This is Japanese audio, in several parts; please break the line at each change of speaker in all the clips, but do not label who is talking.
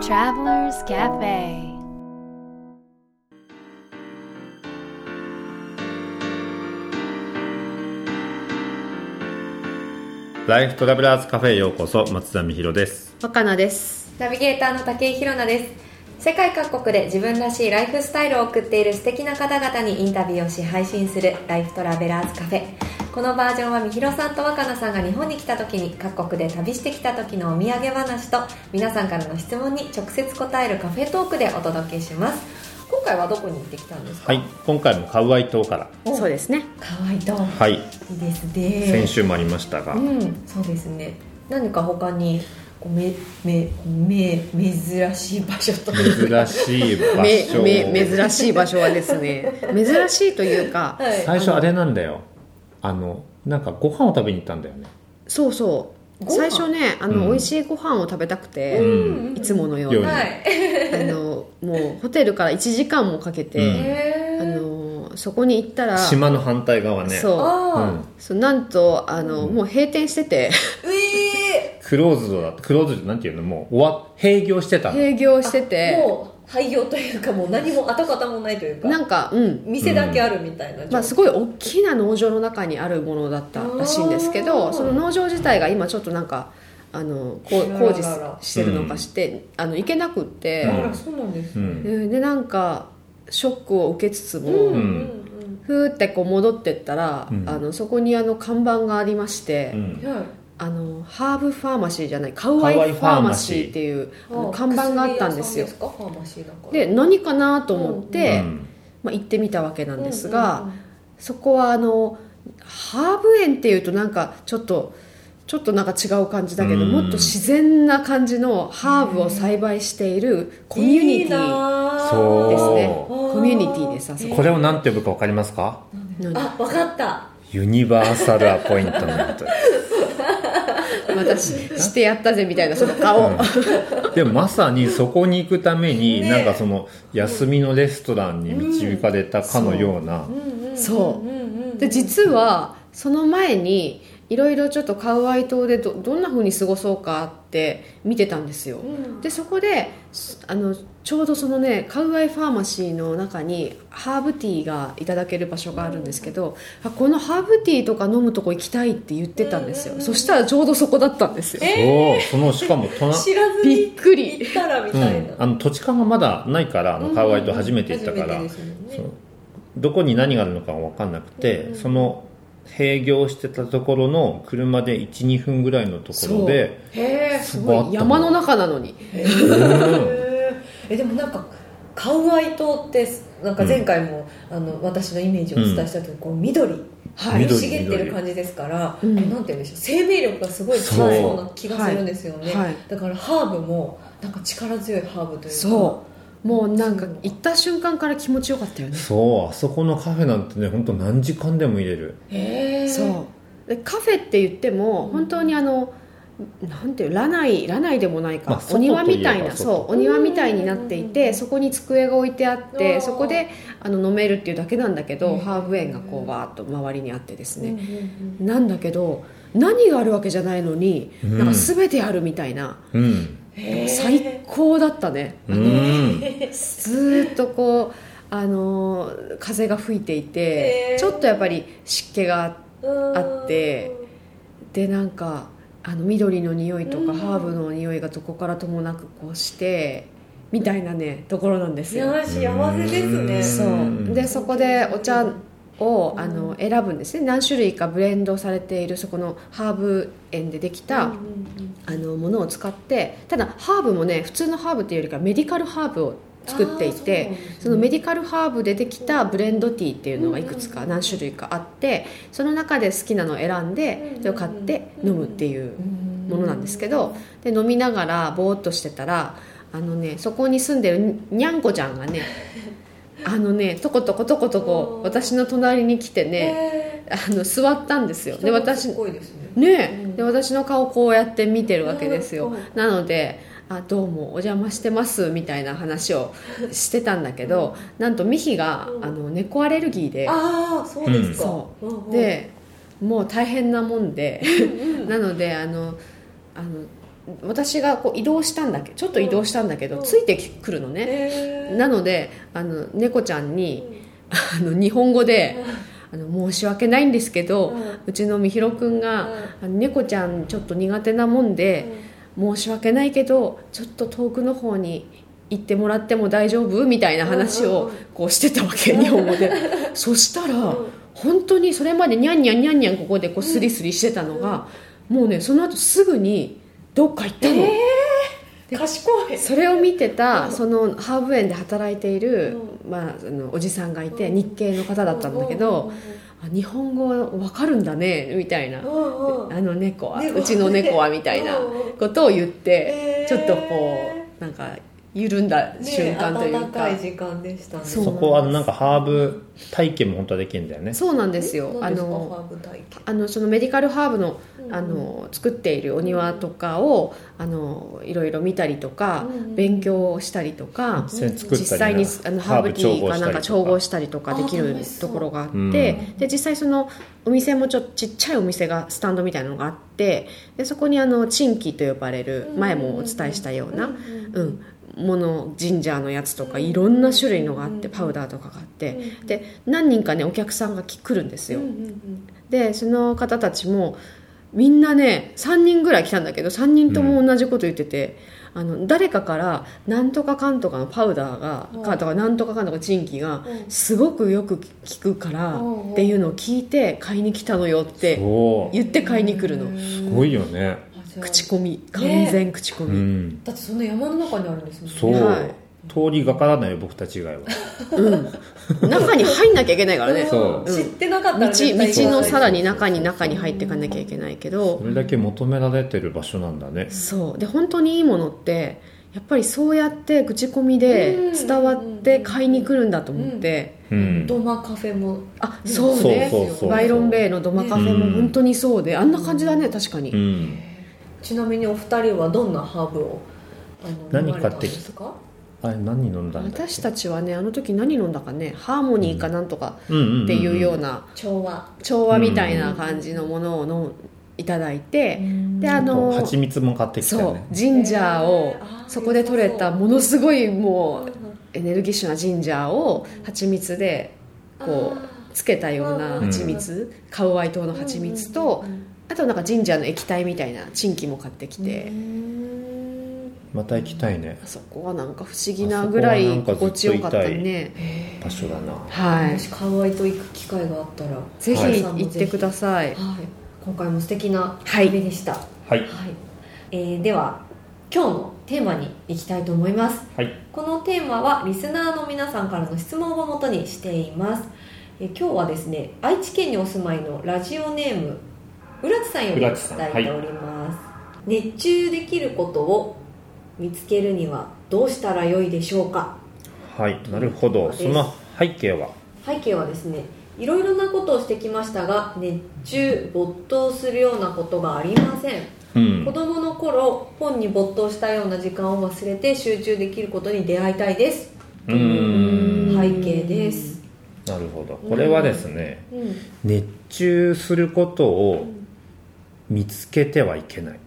Travelers Cafe
ライフトラベラーズカフェへようこそ松田美弘です
若菜です
ナビゲーターの武井宏奈です。世界各国で自分らしいライフスタイルを送っている素敵な方々にインタビューをし配信するライフトラベラーズカフェ。このバージョンはみひろさんと若菜さんが日本に来た時に各国で旅してきた時のお土産話と皆さんからの質問に直接答えるカフェトークでお届けします。今回はどこに行ってきたんですか
はい今回もカウアイ島から
お
そうですね
かわいいと。
はい
いいですね。
先週もありましたが、
うん、そうですね。何か他にこうめめめ珍しい場所というか
珍しい場
め
所
め珍しい場所はですね珍しいというか
はい
最初あれなんだよあのなんかご飯を食べに行ったんだよね
そうそう
ご飯
最初ねあの、
うん
美味しいご飯を食べたくて、
うん
いつものように、
ように
あ
はい。
のもうホテルから1時間もかけて、あ
へー
のそこに行ったら、
島の反対側ね
そう
う
あ
ん、
そうなんとあの、もう閉店してて
ーうえ
クローズドだクローズドなんていうのもう終わ閉業してたの
閉業
ー
して
あ
て
もう廃業というかもう何も跡形もないというか
なんかうん
店だけあるみたいな、
まあ、すごい大きな農場の中にあるものだったらしいんですけ
あ
ど
ー
その農場自体が今ちょっとなんかあのこう
あらら
工事してるのかして、あの行けなくって、
うん
あらそうなんです
う
ね
ん、
うんでなんかショックを受けつつも、
うんうん
ふーってこう戻ってったら、
うん
あのそこにあの看板がありまして、
うん
うんはい
あのハーブファーマシーじゃないカウアイファーマシーっていうあの
あ
看板があったんですよ
薬屋さんですかファーマシーだから
で何かなと思って、
うん
まあ、行ってみたわけな
うん
んですが。そこはあのハーブ園っていうとなんかちょっとちょっとなんか違う感じだけど
うん
もっと自然な感じのハーブを栽培しているコミュニティ
そう
ですね
あ
コミュニティですあそこ
これを何て呼ぶか分かりますか
の
あわかった
ユニバーサルアポイントメント
私してやったぜみたいなその顔、
うんでもまさにそこに行くために、
ね
なんかその休みのレストランに導かれたかのような、
そ
うんうんうん
で実はその前にいろいろちょっとカウアイ島でどどんな風に過ごそうかって見てたんですよ
うん
でそこですあのちょうどそのねカウアイファーマシーの中にハーブティーがいただける場所があるんですけど、あこのハーブティーとか飲むとこ行きたいって言ってたんですよ、
うんうんうん
そしたらちょうどそこだったんですよ
え
そうそのしかもとな、
知らず
び
に
っくり
行ったらみ
う
たい
ん
な、、
あの土地勘がまだないからあのカウアイと初めて行ったから、
初めてですもんね
そうどこに何があるのか分かんなくて、
うんうん
その閉業してたところの車で12分ぐらいのところで
へ
すごい山の中なのに
え
うん
えでもなんかカウアイ島ってなんか前回も、あの私のイメージをお伝えした時、こう緑
はい
緑
茂ってる感じですから、
うん
なんて言うんでしょう生命力がすごい強そうな気がするんですよね、
はい
だからハーブもなんか力強いハーブというか
そうもうなんか行った瞬間から気持ちよかったよね
そうあそこのカフェなんてね本当何時間でも入れる
へえ
そうでカフェって言っても
うん
本当にあのなんていうラナイラナイでもないか、
まあ外
お庭みた
とい
い
えば
な
外
そうお庭みたいになってい
うんうんう
て
ん
そこに机が置いてあっ
あ
て
ー
そこであの飲めるっていうだけなんだけ
うん
ど
うんうん
ハーブ園がこうわーっと周りにあってです
うん
ね、
うん
なんだけど何があるわけじゃないのに、
うん
なんか全てあるみたいな
うん
うんへえ
最高だったね、
うん
ずーっとこうあのー風が吹いていて
へー
ちょっとやっぱり湿気があって。
うん
あってでなんかあの緑の匂いとか、
うん
ハーブの匂いがどこからともなくこうしてみたいなねところなんです
いや
よ。
幸せですね
そ
うん
うでそこでお茶をあの選ぶんですね何種類かブレンドされているそこのハーブ園でできた、
うんうん
あのものを使ってただハーブもね普通のハーブというよりかメディカルハーブを作っていて
あーそうなんですね
そのメディカルハーブでできたブレンドティーっていうのがいくつか
うん
何種類かあってその中で好きなのを選ん
うんうん
で
うん
それを買って飲むっていう
う
ものなんですけどで飲みながらぼーっとしてたらあのねそこに住んでるににゃんこちゃん がねあのねとことことことこ
おー
私の隣に来てね
へ
あの座ったんですよ
え
で私
すごいですね
ねえ、
うん
で私の顔こうやって見てるわけですよ、
うん
なので「あどうもお邪魔してます」みたいな話をしてたんだけど、なんとミヒが、
うん
あの猫アレルギーで
ああそうですか、うんうん、
でもう大変なもんで
うんうん、
なのであのあの私がこう移動したんだけどちょっと移動したんだけど、
うん
ついてくるのね、
え
なのであの猫ちゃん
う
に、
ん
あの日本語で、あの申し訳ないんですけど、
う
うんちのみひろくんが、あの猫ちゃんちょっと苦手なもんで、申し訳ないけどちょっと遠くの方に行ってもらっても大丈夫みたいな話
うんう
を
んうん
こうしてたわけ日本語 でそしたら
うん
本当にそれまでにゃんにゃんにゃんにゃんここでこうスリスリしてたのがもうねその後すぐにどっか行ったの、
賢い
それを見てたそのハーブ園で働いている、まあ、あのおじさんがいて
うん
日系の方だったんだけどあ日本語わかるんだねみたいな
うんうんうん
あの猫は
猫
うちの猫はみたいな
うんうん
ことを言って、
へー
ちょっとこうなんか緩んだ瞬間とい
ね
う
暖
か,、
かい時間でしたね
そう
そこはあのなんかハーブ体験も本当はできるんだよね
そうなんですよ
え
あ
何ですかハ
の
ーブ体験
あのそのメディカルハーブの
うん
あの作っているお庭とかをあのいろいろ見たりとか、
うん
勉強をしたりとか、
実際に作ったり
実際にあのハーブティーかなんか調合
し
したりとか
あ
できる
楽しそ
と
う
ころがあって、
うん
で実際そのお店もちょっとちっちゃいお店がスタンドみたいなのがあってでそこにあのチンキと呼ばれる前もお伝えしたような、うん、ものジンジャーのやつとかいろんな種類のがあってパウダーとかがあってで何人かねお客さんが来るんですよでその方たちもみんなね3人ぐらい来たんだけど3人とも同じこと言ってて、あの誰かから「なんとかかんとかのパウダーが
うん」
かとか「なんとかかんとかチンキが
うん
すごくよく聞くから
うんうん」
っていうのを聞いて買いに来たのよって
おー
言って買いに来るの
す
す
ごいよね
口コミ完全口コ
う
ミ、
ん
だってその山の中にあるんですもんね
そう、
はい
通りがからないよ僕たち以外は
うん、中に入んなきゃいけないからね
そう
知ってなかった
道
ら絶対行か
道
ない
のさらに中に中に入っていかなきゃいけないけ
そ
ど
れだけ求められてる場所なんだね
そうで本当にいいものってやっぱりそうやって口コミで
うん
伝わって買いに来るんだと思って、
うん
ドマカフェも
あそうね
そうそうそう
バイロンベイのドマカフェも本当にそうで、あんな感じだね確かに、
うん
ちなみにお二人はどんなハーブをあの
何
飲まれたん
買ってき
ですか
あれ何飲んだんだっけ
私たちはねあの時何飲んだかねハーモニーかなんとか
うんうんんん
っていうような
調和
調和みたいな感じのものを飲んいただいて、であ
あと
の
蜂蜜も買ってきた
そ
よ
う
ね
ジンジャーを
えーあー
そこで取れたものすごいも
う
う
ん
エネルギッシュなジンジャーを蜂蜜でこ
あ
うつけたような蜂蜜カウアイ島の蜂蜜と
うんうんうんうん
あとなんかジンジャーの液体みたいなチンキも買ってき
う
て
ーん
また行きたいね
あそこはなんか不思議なぐらい心地よかったね
へ
場所だな
は
ーも
い
しカワイと行く機会があったら
ぜひ
はい
行ってください
はい、今回も素敵な
はい
旅でした、はい
はい
えーでは今日のテーマに行きたいと思います
はい
このテーマはリスナーの皆さんからの質問をもとにしていますえー今日はですね愛知県にお住まいのラジオネーム浦地さんより
浦
伝
地さん
えております、熱中できることを見つけるにはどうしたらよいでしょうか
はいなるほど
です
その背景は
背景はですねいろいろなことをしてきましたが熱中没頭するようなことがありません
うん
子供の頃本に没頭したような時間を忘れて集中できることに出会いたいです
うーん
背景です、
なるほどこれはですね
うん、
熱中することを見つけてはいけない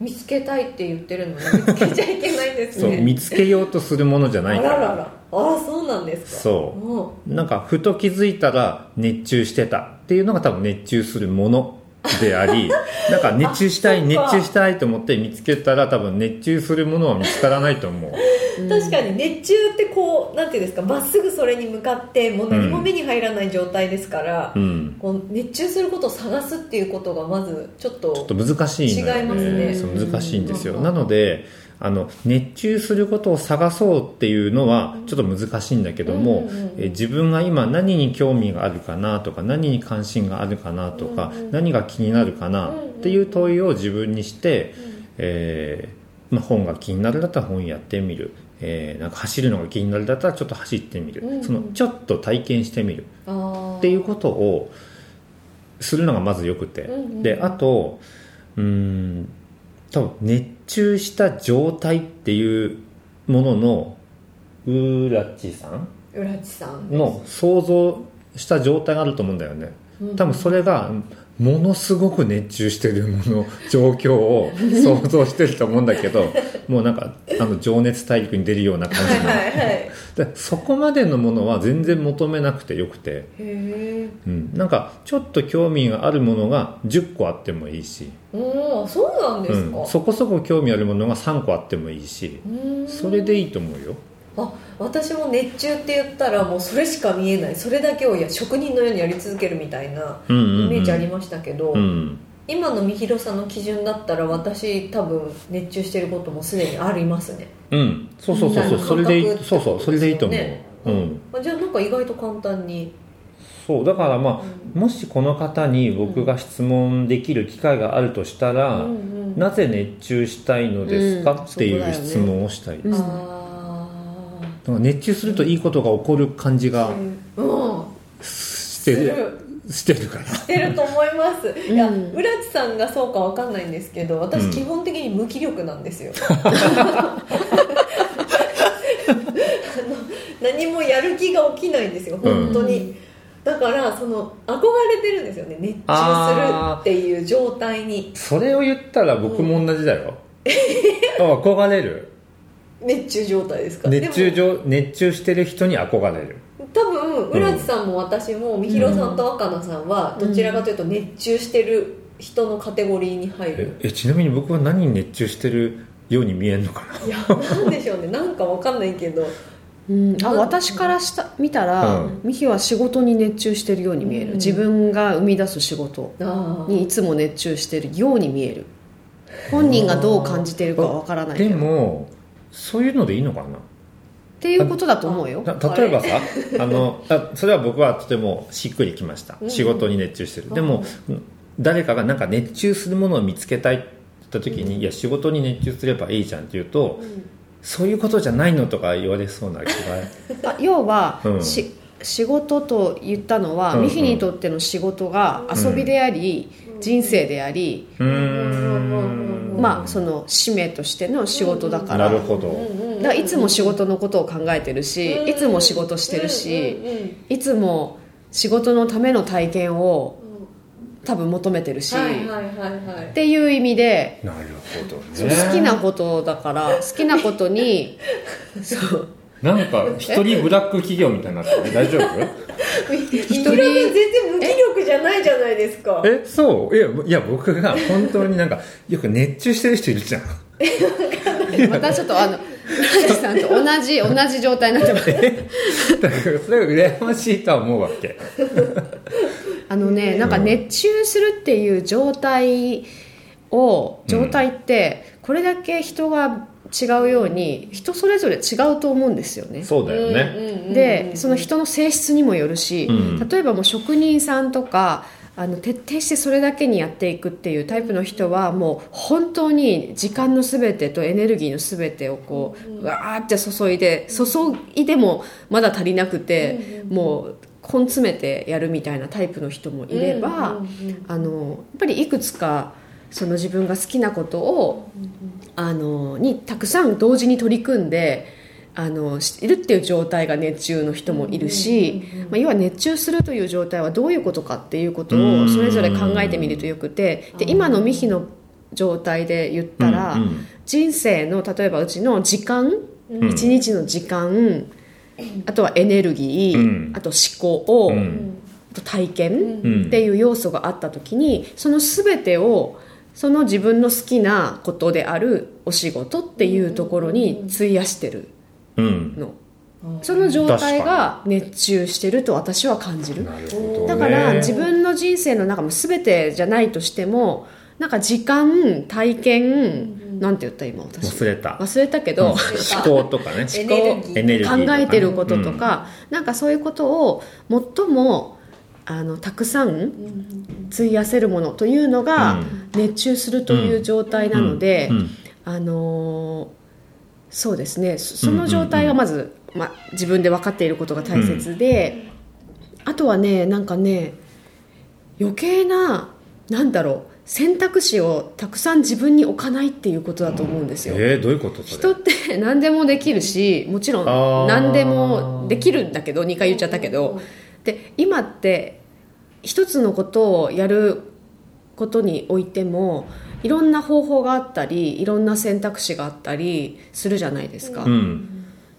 見つけたいって言ってるのに見つけちゃいけないん です
そう
ね
見つけようとするものじゃ
あ
ない
ら
からら
らあらそうなんですか
そう
も
なんかふと気づいたら熱中してたっていうのが多分熱中するものであ りなんか熱中したい
そっか
熱中したいと思って見つけたら多分熱中するものは見つからないと思う
う確かに熱中ってこうなんていうんですかまっすぐそれに向かってもう何も目に入らない状態ですから、
うん
こう熱中することを探すっていうことがまずちょっと
ちょっと難しいの
違い
よ
ますね
そう
うん
難しいんですよ、
うん
なのであの熱中することを探そうっていうのはちょっと難しいんだけども、
うんうんうん
え自分が今何に興味があるかなとか何に関心があるかなとか、
うんうん
何が気になるかなっていう問いを自分にして、えーまあ、本が気になるだったら本やってみる、えーなんか走るのが気になるだったらちょっと走ってみる、
うんうん
そのちょっと体験してみる
あー
っていうことをするのがまずよくて、
うんうん
であとうーん多分熱中した状態っていうもののウーラッチさん
浦地さん
の想像した状態があると思うんだよね
うん
多分それがものすごく熱中してるもの状況 を想像してると思うんだけどもうなんかあの情熱大陸に出るような感じの
はいはい
でそこまでのものは全然求めなくてよくて、
へえ
うん、なんかちょっと興味があるものが10個あってもいいし、
おおそうなんで
う
すか、
ん、そこそこ興味あるものが3個あってもいいし
うん
それでいいと思うよ
あ私も熱中って言ったらもうそれしか見えないそれだけをいや職人のようにやり続けるみたいな
うんうん、
イ
うん、
メージありましたけど、
うん
今のみひろさんの基準だったら私多分熱中してることもすでにありますね、
うん、そうそうそうそう
みんなの
それでいい
感覚って
そうそうそれでいいと思う、
ね
うん
あじゃあなんか意外と簡単に、
そうだからま
う
あ
ん
もしこの方に僕が質問できる機会があるとしたら、
うんうん、あ
なぜ熱中したいのですか、
うん
っていう質問をしたい、
そうだよね
だ
あ
から熱中するといいことが起こる感じが
ーうん
し
す
てる
る
してるから
してると思います、いや
うん
浦地さんがそうかわかんないんですけど
う
私
ん
基本的に無気力なんですよ、あの何もやる気が起きないんですよ本当に、
う
だからその憧れてるんですよね熱中
あー
するっていう状態に
それを言ったら僕も同じだよ、あ憧れる
熱中状態ですから
熱中
で
上熱中してる人に憧れる
も多分浦地さんも私もみひろさんと若菜さんはどちらかというと熱中してる人のカテゴリーに入る、
ええちなみに僕は何に熱中してるように見えるのかない
やなんでしょうねなんかわかんないけど
うん、あ私からした見たら、
うん
ミヒは仕事に熱中してるように見える、
うん
自分が生み出す仕事
あー
にいつも熱中してるように見える本人がどう感じてるかわからないけ
で
どっ
もそういうのでいいのかな
ていうことだと思うよ
な例えばさあのあそれは僕はとてもしっくりきました
うん
仕事に熱中してるでも誰かがなんか熱中するものを見つけたいって言った時に、いや仕事に熱中すればいいじゃんって言うとそういうことじゃないのとか言われそうな気が
あ要は、
うん
し仕事と言ったのは、
うんうん
ミヒにとっての仕事が遊びであり、人生であり、
うーん
まあその使命としての仕事だから,、
なるほど、
だからいつも仕事のことを考えてるし、いつも仕事してるし、いつも仕事のための体験を多分求めてるし、
はいはいはいはい
っていう意味で、
なるほど
その
ね
好きなことだから好きなことにそう
なんか一人ブラック企業みたいになってる大丈夫
一人全 然無気力じゃないじゃないですか
えそういやいや僕が本当になんかよく熱中してる人いるじゃん
またちょっとあの村木さんと同じ同じ状態になってます
だからそれが羨ましいとは思うわけ
あのねなんか熱中するっていう状態を状態ってこれだけ人が違うように人それぞれ違うと思うんですよね。
そうだよね、
でその人の性質にもよるし、
うん
例えばもう職人さんとかあの徹底してそれだけにやっていくっていうタイプの人はもう本当に時間の全てとエネルギーの全てをこう、うわーって注いで注いでもまだ足りなくて、もう根詰めてやるみたいなタイプの人もいれば、あのやっぱりいくつかその自分が好きなことをあのにたくさん同時に取り組んであのしているっていう状態が熱中の人もいるし、まあ、要は熱中するという状態はどういうことかっていうこと
う
を
ん
それぞれ考えてみるとよくてで今のミヒの状態で言ったら、
うんうん
人生の例えばうちの時間
ん
一、日の時間あとはエネルギー、
うん
あと思考を、
うん
あと体験、
うん
っていう要素があった時にその全てをその自分の好きなことであるお仕事っていうところに費やしてる
うん
のその状態が熱中してると私は感じる
なるほど、ね、
だから自分の人生の中も全てじゃないとしてもなんか時間体験なんて言った今私
忘れた
忘れたけ
うん
ど、
思考とかね
エネルギー
エネルギーとかね
考えてることとか、なんかそういうことを最もあのたくさん費やせるものというの
う
が
ん
熱中するという状態なので、
うんうん
あのーそうですねそその状態がまず、ま、自分で分かっていることが大切で、あとはねなんかね余計ななんだろう選択肢をたくさん自分に置かないっていうことだと思うんですよ。
えー、どういうことそ
人
れ
って 何でもできるしもちろ
あ
ん
ー
何でもできるんだけど2回言っちゃったけどで今って一つのことをやることにおいてもいろんな方法があったりいろんな選択肢があったりするじゃないですか。
うん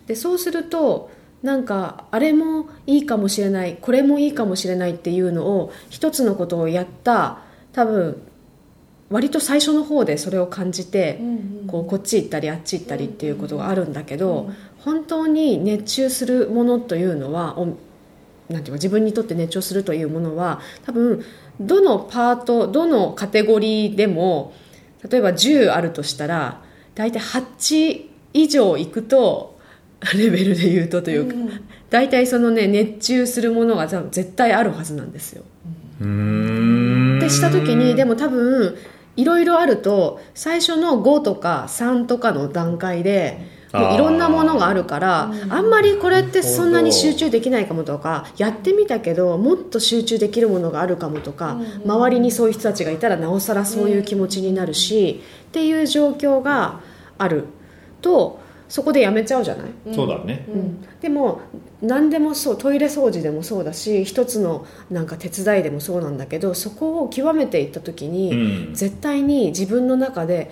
でそうするとなんかあれもいいかもしれないこれもいいかもしれないっていうのを一つのことをやった多分割と最初の方でそれを感じて、こうこっち行ったりあっち行ったりっていうことがあるんだけど、本当に熱中するものというのはおなんていうか自分にとって熱中するというものは多分どのパートどのカテゴリーでも例えば10あるとしたら大体8以上いくと レベルで言うとというか、大体そのね熱中するものが多分絶対あるはずなんですよ。
うーん
ってした時にでも多分いろいろあると最初の5とか3とかの段階でも
あ
う
ー
いろんなものがあるからあんまりこれってそんなに集中できないかもとかやってみたけどもっと集中できるものがあるかもとか周りにそういう人たちがいたらなおさらそういう気持ちになるしっていう状況があるとそこでやめちゃうじゃない
そうだね
でも何でもそうトイレ掃除でもそうだし一つのなんか手伝いでもそうなんだけどそこを極めていった時
う
に、
ん
絶対に自分の中で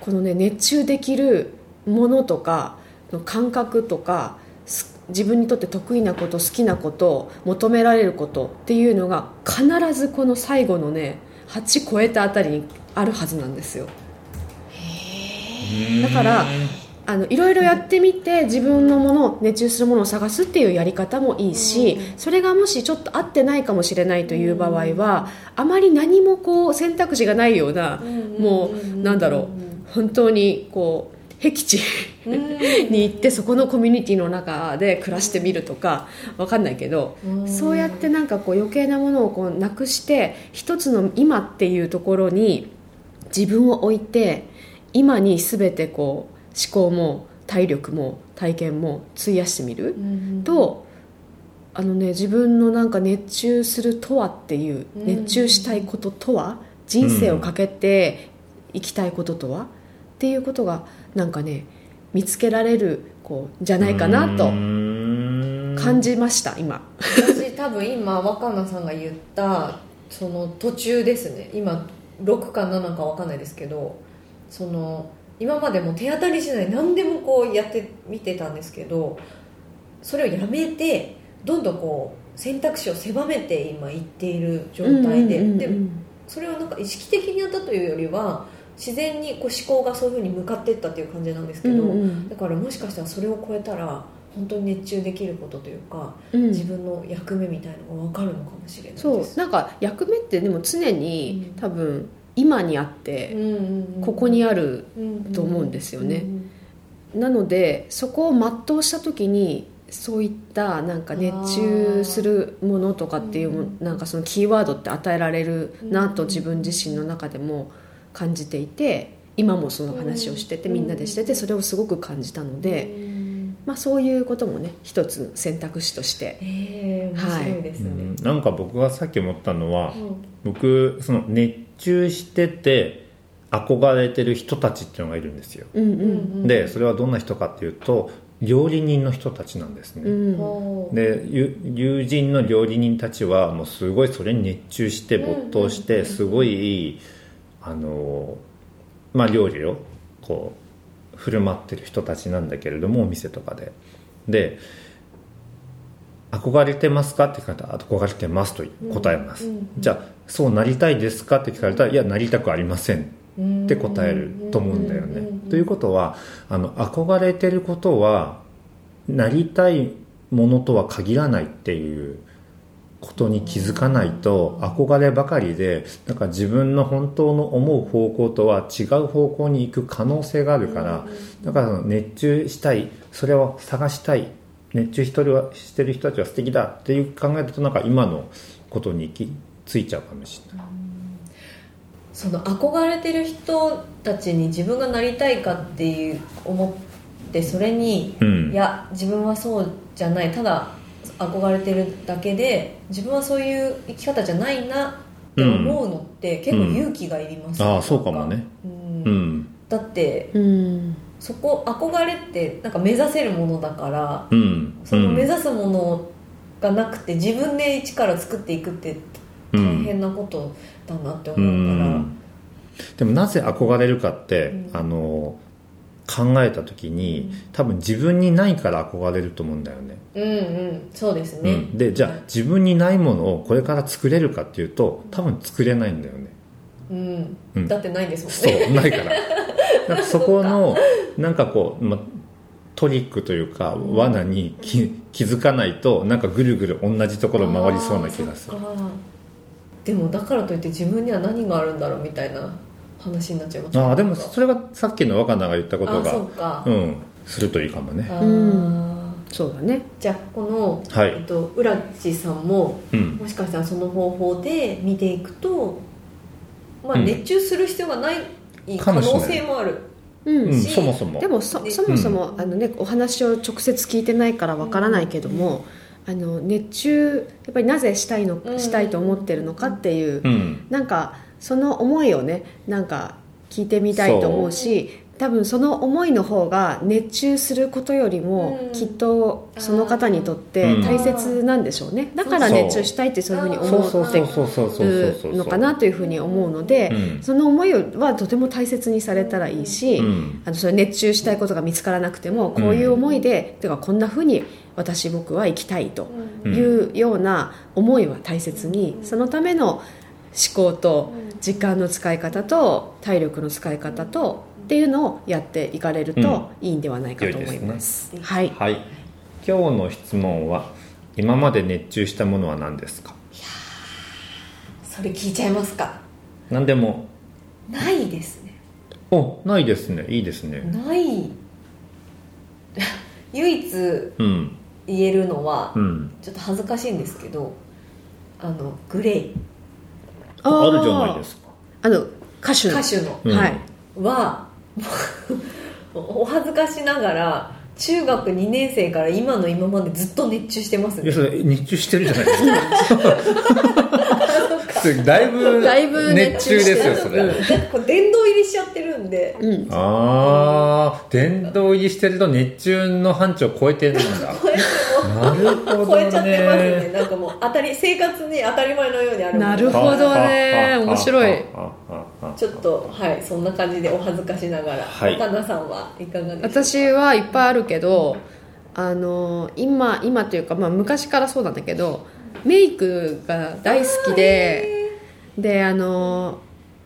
このね熱中できるものとかの感覚とかす自分にとって得意なこと好きなこと求められることっていうのが必ずこの最後のね8超えたあたりにあるはずなんですよ。だからあのいろいろやってみて自分のもの熱中するものを探すっていうやり方もいいしそれがもしちょっと合ってないかもしれないという場合はあまり何もこう選択肢がないようなもうなんだろう本当にこう僻地 に行ってそこのコミュニティの中で暮らしてみるとかわかんないけどそうやってなんかこう余計なものをこうなくして一つの今っていうところに自分を置いて今に全てこう思考も体力も体験も費やしてみるとあのね自分のなんか熱中するとはっていう
うん
熱中したいこととは人生をかけて生きたいこととはっていうことがなんかね見つけられるこうじゃないかなと感
感
じました今。
私多分今若菜さんが言ったその途中ですね今6か7か分かんないですけどその今までも手当たり次第何でもこうやってみてたんですけどそれをやめてどんどんこう選択肢を狭めて今いっている状態で,、
うんうんうんう
で
ん
それはなんか意識的にやったというよりは自然にこう思考がそういうふうに向かっていったっていう感じなんですけど、
うんうん
だからもしかしたらそれを超えたら本当に熱中できることというか
うん
自分の役目みたいのが分かるのかもしれないです
そうなんか役目ってでも常に
うん
多分今にあって
うんうんうん
ここにある
と
と思うんですよね
うん
なのでそこを全うした時にそういったなんか熱中するものとかっていうも
あー
なんかそのキーワードって与えられるな
う
と
ん
自分自身の中でも感じていて今もその話をしてて
うん
みんなでしててそれをすごく感じたので、
うん
まあ、そういうこともね一つ選択肢として。
ええ面白いですね
なんか僕がさっき思ったのは
うん
僕その熱中してて憧れてる人たちっていうのがいるんですよ
うんう
うん
ん
うん
でそれはどんな人かっていうと料理人の人たちなんですね、
うん
おー
で友友人の料理人たちはもうすごいそれに熱中して
うん
没頭してすごいあのまあ料理をこう振る舞ってる人たちなんだけれどもお店とかでで「憧れてますか?」って聞かれたら「憧れてます」と答えます、
うんうん
じゃあ「そうなりたいですか?」って聞かれたら「いやなりたくありません」って答えると思うんだよ
うんうんうん
ね
うん。
ということはあの憧れてることはなりたいものとは限らないっていうことに気づかないと憧ればかりでなんか自分の本当の思う方向とは違う方向に行く可能性があるからだからその熱中したいそれを探したい熱中してるはしてる人たちは素敵だっていう考えるとなんか今のことに行き着いちゃうかもしれない。
その憧れてる人たちに自分がなりたいかっていう思ってそれに
うん
いや自分はそうじゃないただ憧れてるだけで自分はそういう生き方じゃないなって思うのって結構勇気がいります、
ああそうかもね、
うん
うん
だって
うん
そこ憧れってなんか目指せるものだから
うん、
その目
うん
指すものがなくて自分で一から作っていくって
うん
大変なことだなって
う
思うから、
んでもなぜ憧れるかって、あの考えた時に多分自分にないから憧れると思うんだよね、
うんうんそうですね、
うん、でじゃあ自分にないものをこれから作れるかっていうと多分作れないんだよね
うん
うん
だってないんですもん
そ
ね
うないからなんかそこのなんかこう、ま、トリックというか罠に気気づかないとなんかぐるぐる同じところ回りそうな気がする
あーそっかでもだからといって自分には何があるんだろうみたいな話になっちゃいます
ああでもそれがさっきの若菜が言ったこと
あそう
が
か、
うんするといいかもね
あ
うん
ー
そうだね
じゃあこの、
は
えっ
い
と、浦地さんも
うん
もしかしたらその方法で見ていくと、まあ、
うん
熱中する必要がない可
か
能
もしれない
性もある
うん、
うんそもそも
でもそ
ね
そもそも、あのね、お話を直接聞いてないからわからないけども、あの熱中やっぱりなぜしたいの、
うん
したいと思ってるのかっていう、
うん
なんかその思いをねなんか聞いてみたいと思うし多分その思いの方が熱中することよりも、
うん
きっとその方にとって
うん
大切なんでしょうね、だから
そう
熱中したいってそういうふうに
そうそ
思
う
って
そう
る
そうそうそうそう
のかなというふうに思うので、
うん
その思いはとても大切にされたらいいし、
うん
あのそれ熱中したいことが見つからなくてもこういう思いで、てかこんなふうに私僕は生きたいというような思いは大切に、そのための思考と時間の使い方と体力の使い方とっていうのをやっていかれるといいんではないかと思います。
良いですね
はい、。
はい今日の質問は今まで熱中したものは何ですか
それ聞いちゃいますか
何でも
ないですね
おないですねいいですね
ない 唯一
うん
言えるのは
うん
ちょっと恥ずかしいんですけどあのグレイ
あるじゃないですすか
あの歌手の
歌手の
うん
はい
はもうお恥ずかしながら中学2年生から今の今までずっと熱中してます
いや
ね
それ熱中してるじゃないです かそれだいぶ
だいぶ熱
熱
中
中
して
で
る
すよそれ、
うんなんかこう殿堂入りしちゃってるんで
うん、
ああ殿堂入りしてると熱中の範疇を超えてるんだ
これも
なるほどね
超えちゃってますねなんかもう当たり生活に当たり前のようにあるもの
なるほどね面白い
ちょっとはいそんな感じでお恥ずかしながら、
はい
岡田さんはいかがですか
私はいっぱいあるけどあの今今というか、まあ、昔からそうなんだけどメイクが大好きでであの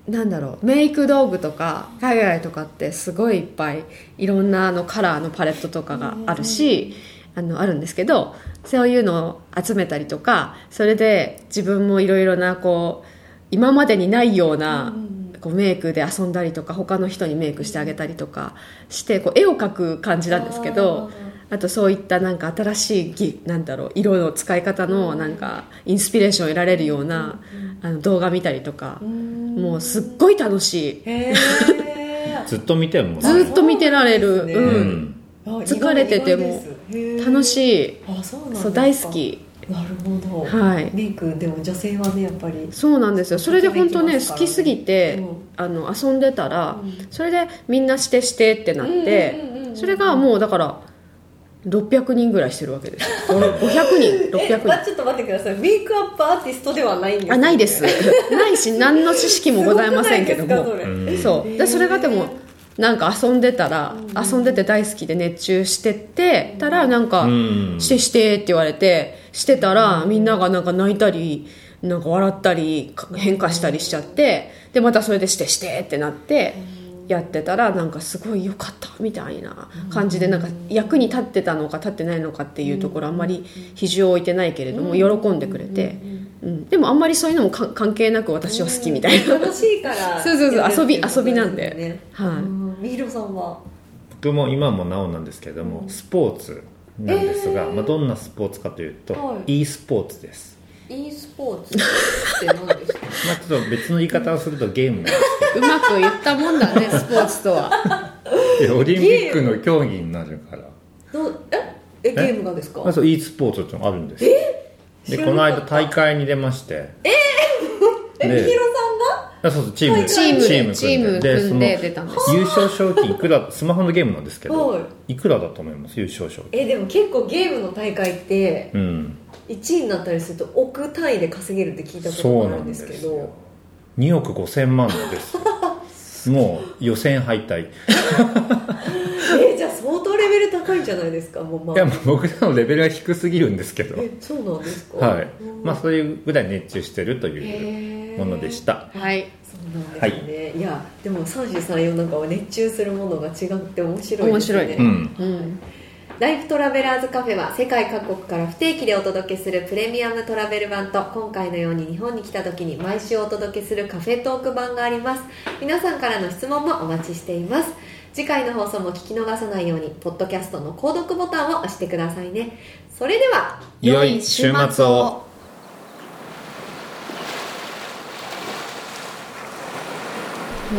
なんだろうメイク道具とか海外とかってすごいいっぱいいろんなあのカラーのパレットとかがあるしあのあるんですけどそういうのを集めたりとかそれで自分もいろいろなこう今までにないような、こうメイクで遊んだりとか他の人にメイクしてあげたりとかしてこう絵を描く感じなんですけどあとそういったなんか新しいぎなんだろう色の使い方のなんかインスピレーションを得られるようなあの動画見たりとかもうすっごい楽しい
へえ
ずっと見てるもん
ずーっと見てられる
そうなんです
う
ね
うん
ん
疲れてても楽し
い
い
あそうなんですか
そう大好き
なるほど、
はい
メイクでも女性はねやっぱり
そうなんですよそれで本当ね好きすぎて
うん
あの遊んでたら
うん
それでみんなしてしてってなって、
うんうんうんうん
それがもうだから600人ぐらいしてるわけです500人
え、ま
600
ちょっと待ってくださいメイクアップアーティストではないんです
人あないですないし何の知識もございませんけど
すご
も
くないですかそ
うん
れ
そうでそれがでもなんか遊んでたら遊んでて大好きで熱中してってたらなんか
うん
してしてって言われてしてたらみんながなんか泣いたりなんか笑ったりか変化したりしちゃってでまたそれでしてしてってなってやってたらなんかすごい良かったみたいな感じでなんか役に立ってたのか立ってないのかっていうところあんまり比重を置いてないけれども喜んでくれて、うん、でもあんまりそういうのもか関係なく私は好きみたいな、
楽しいから
そうそうそう
やってるって
遊び
こと
遊びなんで
すね
はい
うんみひろさんは
僕も今もなおなんですけれどもスポーツなんですが、
えー
まあ、どんなスポーツかというと、
は
e スポーツです、
e スポーツって何ですか
まあ、ちょっと別の言い方をするとゲー ムなんです
うまく言ったもんだねスポーツとは
けどオリンピックの競技になるから、
のええゲームがですか
まあ、そう e スポーツってのがあるんですで
知ら
この
なか
間
った
大会に出まして
えみひろさんが
あそうそうチームで
チームでチ
チーム組
ー
ん
ム
で
組んで出たんです
その優勝賞金いくらスマホのゲームなんですけ
は
どいくらだと思います優勝賞金
えでも結構ゲームの大会って
うん
1位になったりすると億単位で稼げるって聞いたこ
そ
と
う
があ
な
る
ん
んで
ですす
け
け
ど
ど2億5000万ですよもう予選敗退
えじゃあ相当レベル高いんじゃないですかもうま
いや
あ
もう僕らのレベルは低すぎるんですけど
えそうなんですか
はい
うん
まあそういうぐらい熱中してるという
へー
ものでした
はい
そうなんですね、い、やでも三種三様なんかは熱中するものが違って面白いですね
面白い
うん
うん
ライフトラベラーズカフェは世界各国から不定期でお届けするプレミアムトラベル版と今回のように日本に来た時に毎週お届けするカフェトーク版があります皆さんからの質問もお待ちしています次回の放送も聞き逃さないようにポッドキャストの購読ボタンを押してくださいねそれでは
良い週末を
「